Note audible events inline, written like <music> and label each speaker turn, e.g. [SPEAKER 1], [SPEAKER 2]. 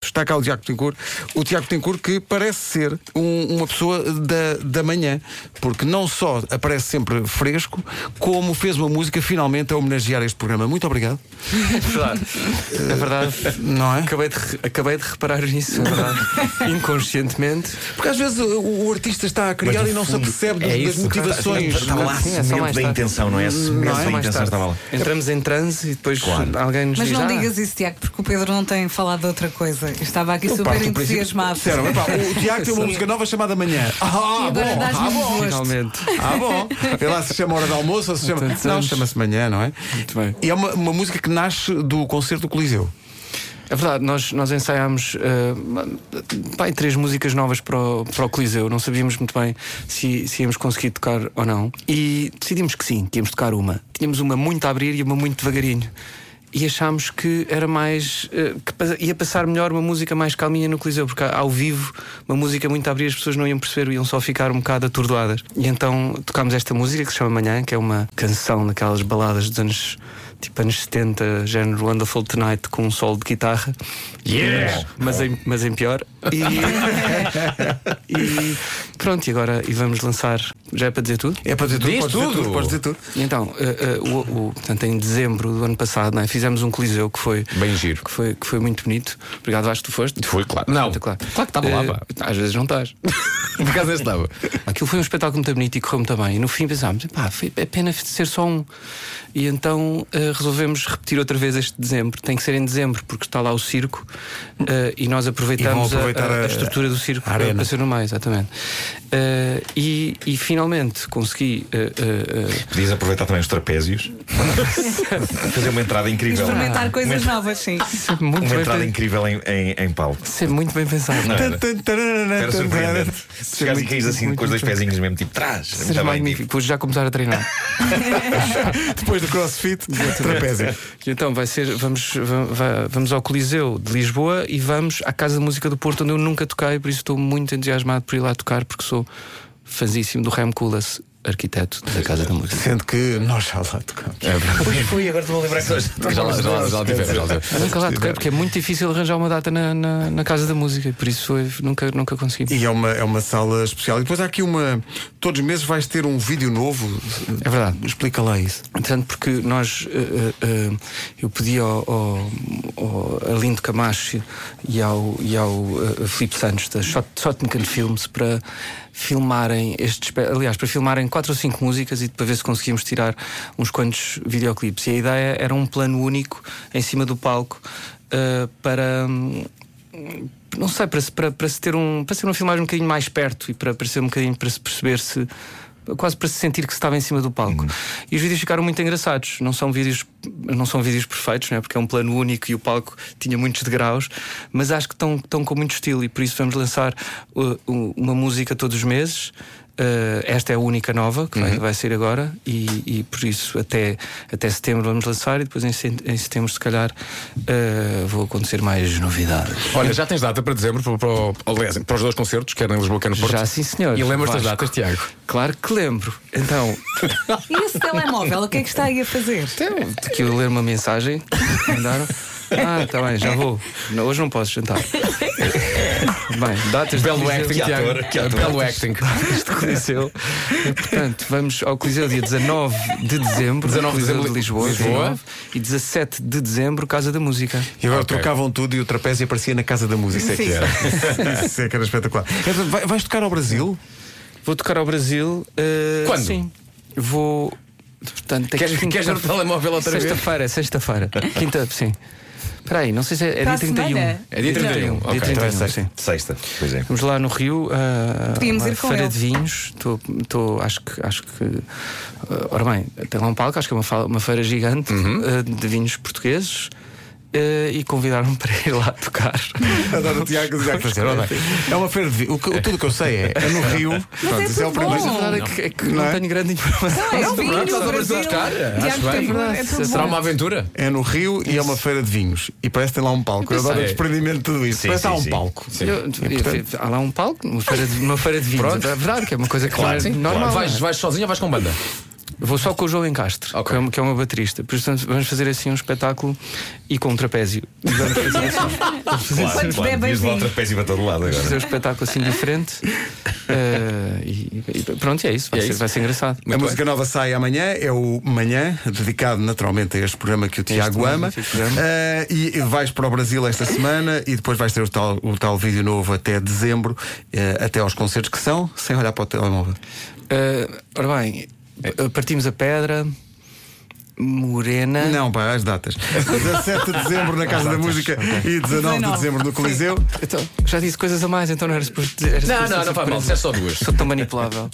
[SPEAKER 1] Está cá o Tiago Tencourt. O Tiago Tencourt que parece ser um- uma pessoa da, da manhã, porque não só aparece sempre fresco, como fez uma música finalmente a homenagear este programa. Muito obrigado.
[SPEAKER 2] É verdade. É verdade.
[SPEAKER 1] Não é?
[SPEAKER 2] Acabei de, re- acabei de reparar nisso, é verdade. Inconscientemente.
[SPEAKER 1] Porque às vezes o, o artista está a criar
[SPEAKER 3] no
[SPEAKER 1] e não
[SPEAKER 3] fundo,
[SPEAKER 1] se apercebe das-
[SPEAKER 2] é
[SPEAKER 1] das
[SPEAKER 2] isso.
[SPEAKER 1] motivações.
[SPEAKER 3] Estava lá a
[SPEAKER 2] Sim, é só
[SPEAKER 3] semente
[SPEAKER 2] mais
[SPEAKER 3] da
[SPEAKER 2] tarde.
[SPEAKER 3] intenção, não é? A
[SPEAKER 1] Não é?
[SPEAKER 3] semente
[SPEAKER 1] Só
[SPEAKER 2] Mais
[SPEAKER 3] da intenção
[SPEAKER 2] tarde.
[SPEAKER 3] estava lá.
[SPEAKER 2] Entramos em transe e depois
[SPEAKER 3] Claro.
[SPEAKER 2] alguém nos
[SPEAKER 4] Mas
[SPEAKER 2] diz.
[SPEAKER 4] não
[SPEAKER 2] "Ah,
[SPEAKER 4] digas isso, Tiago, porque o Pedro não tem falado de outra coisa. Eu estava aqui
[SPEAKER 1] Eu
[SPEAKER 4] super
[SPEAKER 1] parto do princípio-
[SPEAKER 4] entusiasmado.
[SPEAKER 1] Disseram, "Epá, o Tiago tem uma música nova chamada Manhã. Ah,
[SPEAKER 4] E agora
[SPEAKER 1] bom,
[SPEAKER 4] dás-me
[SPEAKER 1] ah,
[SPEAKER 4] um
[SPEAKER 1] bom.
[SPEAKER 4] gosto.
[SPEAKER 2] Finalmente.
[SPEAKER 1] Ah, bom. Vê lá se chama Hora de Almoço ou se chama.
[SPEAKER 2] Tantos
[SPEAKER 1] Não,
[SPEAKER 2] anos.
[SPEAKER 1] chama-se Manhã, não é?
[SPEAKER 2] Muito bem.
[SPEAKER 1] E é uma, uma música que nasce do concerto do Coliseu.
[SPEAKER 2] É verdade, nós, nós ensaiámos eh, pá, aí três músicas novas para o, para o Coliseu, não sabíamos muito bem se, se íamos conseguir tocar ou não. E decidimos que sim, que íamos tocar uma. Tínhamos uma muito a abrir e uma muito devagarinho. E achámos que era mais. eh, que pa- ia passar melhor uma música mais calminha no Coliseu, porque ao vivo, uma música muito a abrir, as pessoas não iam perceber, iam só ficar um bocado atordoadas. E então tocámos esta música que se chama Manhã, que é uma canção daquelas baladas dos anos tipo anos 70, género Wonderful Tonight com um solo de guitarra.
[SPEAKER 3] Yeah!
[SPEAKER 2] Mas, mas em, mas em pior.
[SPEAKER 3] <laughs>
[SPEAKER 2] E, e pronto, e agora e vamos lançar. Já é para dizer tudo?
[SPEAKER 1] É para dizer tudo,
[SPEAKER 3] Diz
[SPEAKER 1] podes dizer
[SPEAKER 3] tudo.
[SPEAKER 1] tudo, podes dizer tudo.
[SPEAKER 2] E então, eh, eh, o- o- portanto, em dezembro do ano passado, não é? fizemos um coliseu que foi.
[SPEAKER 3] Bem giro.
[SPEAKER 2] Que foi, que foi muito bonito. Obrigado, acho que tu foste.
[SPEAKER 3] Foi, claro. Não.
[SPEAKER 2] Claro,
[SPEAKER 3] Claro que estava lá,
[SPEAKER 2] Eh, Às vezes não estás.
[SPEAKER 3] Por acaso desse estava.
[SPEAKER 2] Aquilo foi um espetáculo muito bonito e correu muito bem. E no fim pensámos, pá, foi a pena ser só um. E então eh, resolvemos repetir outra vez este dezembro. Tem que ser em dezembro, porque está lá o circo eh, e nós aproveitamos a-
[SPEAKER 1] aproveitar
[SPEAKER 2] a,
[SPEAKER 1] a-
[SPEAKER 2] a estrutura do circo
[SPEAKER 1] a arena.
[SPEAKER 2] para ser no meio, exatamente. Eh, e, e finalmente consegui. eh, eh, eh,
[SPEAKER 3] Podias aproveitar também
[SPEAKER 1] <laughs>
[SPEAKER 3] os trapézios. Fazer uma entrada incrível.
[SPEAKER 4] Experimentar coisas
[SPEAKER 3] uma,
[SPEAKER 4] novas, sim.
[SPEAKER 2] sempre muito
[SPEAKER 3] uma
[SPEAKER 2] bem
[SPEAKER 3] entrada
[SPEAKER 2] pen-
[SPEAKER 3] incrível em, em, em palco.
[SPEAKER 2] sempre muito bem pensado.
[SPEAKER 3] Não era?
[SPEAKER 1] Tan, tan, tararana,
[SPEAKER 3] Era
[SPEAKER 1] tan,
[SPEAKER 3] surpreendente.
[SPEAKER 1] tararana.
[SPEAKER 3] Se chegares e caís assim com os dois pezinhos mesmo, tipo, trás.
[SPEAKER 2] Seja
[SPEAKER 3] Muito bem,
[SPEAKER 2] magnífico, vou já começar a treinar.
[SPEAKER 1] <laughs> Depois do crossfit, trapézio.
[SPEAKER 2] E então vai ser, vamos, va- va- vamos ao Coliseu de Lisboa e vamos à Casa de Música do Porto, onde eu nunca toquei, por isso estou muito entusiasmado por ir lá tocar, porque sou fazíssimo do Rem Koolhaas, arquiteto da Casa da Música.
[SPEAKER 1] Sendo que nós já lá tocamos.
[SPEAKER 3] tipo, Pois foi, agora estou a lembrar que nós-
[SPEAKER 5] Já lá, já lá, já lá tivemos, já lá tivemos.
[SPEAKER 2] Eu nunca lá toquei porque é muito difícil arranjar uma data na, na, na Casa da Música, por isso foi, nunca, nunca consegui.
[SPEAKER 1] E é uma, é uma sala especial. E depois há aqui uma. Todos os meses vais ter um vídeo novo.
[SPEAKER 2] É verdade.
[SPEAKER 1] Explica lá isso.
[SPEAKER 2] Portanto, porque nós eh, eh, eh, eu pedi ao, ao, ao Arlindo Camacho e ao, e ao eh, Filipe Santos da Shot, Shotnican Films para filmarem este espe- aliás, para filmarem quatro ou cinco músicas e para ver se conseguimos tirar uns quantos videoclipes. E a ideia era um plano único em cima do palco eh, para hum, não sei, para, se- para, para se ter um, para ser uma filmagem um bocadinho mais perto e para, para ser um bocadinho para se perceber se quase para se sentir que se estava em cima do palco. E os vídeos ficaram muito engraçados. Não são vídeos, não são vídeos perfeitos, não é? porque é um plano único e o palco tinha muitos degraus, mas acho que estão, estão com muito estilo e por isso vamos lançar uh, uh, uma música todos os meses. Uh, esta é a única nova que vai, vai sair agora e, e por isso até, até setembro vamos lançar e depois em, set- em setembro se calhar uh, vão acontecer mais novidades.
[SPEAKER 5] Olha, já tens data para dezembro para, para, o- aliás, para os dois concertos, quer em Lisboa, quer no Porto.
[SPEAKER 2] Já, sim, senhor.
[SPEAKER 5] E lembras das
[SPEAKER 2] Vasco.
[SPEAKER 5] datas, Tiago?
[SPEAKER 2] Claro que lembro. Então,
[SPEAKER 5] <laughs>
[SPEAKER 4] E esse telemóvel, o que é que está aí a fazer?
[SPEAKER 2] de que eu ler uma mensagem, mandaram. Ah, está bem, já vou. Não, hoje não posso
[SPEAKER 5] <laughs>
[SPEAKER 2] jantar. Bem, datas de
[SPEAKER 5] Belo
[SPEAKER 2] Coliseu-
[SPEAKER 5] acting,
[SPEAKER 3] Que
[SPEAKER 5] Tiago.
[SPEAKER 3] ator, que ator.
[SPEAKER 5] Belo acting.
[SPEAKER 2] datas de Coliseu. Portanto, vamos ao Coliseu dia 19 de dezembro,
[SPEAKER 5] 19 de
[SPEAKER 2] Coliseu
[SPEAKER 5] dezembro,
[SPEAKER 2] de Lisboa,
[SPEAKER 5] Lisboa.
[SPEAKER 2] 19, e 17 de dezembro, Casa da Música.
[SPEAKER 1] E agora
[SPEAKER 5] Ok.
[SPEAKER 1] trocavam tudo e o trapézio aparecia na casa da música. Isso é que era. <laughs> Isso é que era espetacular. Então, vai- Vais tocar ao Brasil?
[SPEAKER 2] Vou tocar ao Brasil. eh,
[SPEAKER 5] Quando?
[SPEAKER 2] Sim. Vou. Portanto, tem que-
[SPEAKER 5] Queres, queres ver o telemóvel outra vez?
[SPEAKER 2] Sexta-feira,
[SPEAKER 5] <laughs>
[SPEAKER 2] sexta-feira. Quinta, sim. Espera aí, não sei se é, é dia
[SPEAKER 4] Para a
[SPEAKER 2] 31.
[SPEAKER 4] semana?
[SPEAKER 5] É dia 31, ok.
[SPEAKER 2] Dia 31,
[SPEAKER 1] Então é
[SPEAKER 2] sim.
[SPEAKER 3] Sexta, pois é.
[SPEAKER 2] Vamos lá no Rio, ah,
[SPEAKER 4] Podíamos
[SPEAKER 2] uma
[SPEAKER 4] ir com
[SPEAKER 2] feira
[SPEAKER 4] ele.
[SPEAKER 2] de vinhos. Tô, tô- acho que. Acho que ah, ora bem, tem lá um palco, acho que é uma, fa- uma feira gigante
[SPEAKER 5] Uhum.
[SPEAKER 2] ah, de vinhos portugueses. ah, e convidaram-me <laughs> para ir lá
[SPEAKER 4] <laughs>
[SPEAKER 2] tocar.
[SPEAKER 1] Adoro o Tiago o Tiago Fazer. Ora bem, É uma feira de vinho. O que- Tudo o que eu sei é, é no Rio. Pronto,
[SPEAKER 4] é
[SPEAKER 1] isso o
[SPEAKER 4] tudo
[SPEAKER 1] primeiro-
[SPEAKER 2] Mas a
[SPEAKER 4] bom.
[SPEAKER 2] verdade é que, é que não,
[SPEAKER 1] Não é?
[SPEAKER 2] tenho grande <laughs> informação.
[SPEAKER 4] Não, é vinho,
[SPEAKER 5] Pronto, só vamos
[SPEAKER 4] Brasil.
[SPEAKER 5] tocar. Acho
[SPEAKER 4] Tiago
[SPEAKER 5] bem.
[SPEAKER 4] Tencourt, é tudo
[SPEAKER 5] Será
[SPEAKER 4] bom.
[SPEAKER 5] uma aventura?
[SPEAKER 1] É no Rio e é uma feira de vinhos. E parece que tem lá um palco. Eu adoro o
[SPEAKER 5] pensei-
[SPEAKER 1] desprendimento de tudo isso.
[SPEAKER 3] Sim,
[SPEAKER 1] parece que há
[SPEAKER 3] sim,
[SPEAKER 1] um
[SPEAKER 3] sim.
[SPEAKER 1] palco.
[SPEAKER 2] Eu- eu- há lá um palco, uma feira de, uma feira de vinhos. É verdade que é uma coisa que não é
[SPEAKER 5] Sim,
[SPEAKER 2] normal.
[SPEAKER 5] Vais,
[SPEAKER 2] não é?
[SPEAKER 5] vais sozinho ou vais com banda?
[SPEAKER 2] Vou só com o João Encastre,
[SPEAKER 5] Ok.
[SPEAKER 2] que, é, um- que é uma baterista. Portanto, vamos fazer assim um espetáculo e com um trapézio. E Vamos
[SPEAKER 5] <laughs>
[SPEAKER 2] fazer,
[SPEAKER 3] Claro,
[SPEAKER 4] Quantos
[SPEAKER 3] claro.
[SPEAKER 4] bebés
[SPEAKER 3] Diz lá
[SPEAKER 4] vêm?
[SPEAKER 3] trapézio para todo lado
[SPEAKER 2] fazer um
[SPEAKER 3] agora.
[SPEAKER 2] espetáculo assim diferente. Eh, e, e pronto, é isso. Vai,
[SPEAKER 5] É
[SPEAKER 2] ser,
[SPEAKER 5] isso.
[SPEAKER 2] vai ser engraçado.
[SPEAKER 1] a música nova sai amanhã, é o Manhã, dedicado naturalmente a este programa que o Tiago ama.
[SPEAKER 2] magnífico programa.
[SPEAKER 1] Eh, e vais para o Brasil esta semana e depois vais ter o tal, o tal vídeo novo até dezembro, eh, até aos concertos que são, sem olhar para o telemóvel.
[SPEAKER 2] Eh, ora bem,
[SPEAKER 5] É.
[SPEAKER 2] eh, partimos a pedra. Morena.
[SPEAKER 1] Não, pá, as datas. 17 de dezembro na Casa da
[SPEAKER 2] datas,
[SPEAKER 1] Música e 19 de
[SPEAKER 4] 19,
[SPEAKER 1] dezembro no Coliseu.
[SPEAKER 2] Então, já disse coisas a mais, então não era suposto dizer. era
[SPEAKER 5] Não,
[SPEAKER 2] suposto
[SPEAKER 5] não,
[SPEAKER 2] ser
[SPEAKER 5] não faz
[SPEAKER 2] surpresa.
[SPEAKER 5] mal, disseste só duas.
[SPEAKER 2] Sou tão manipulável.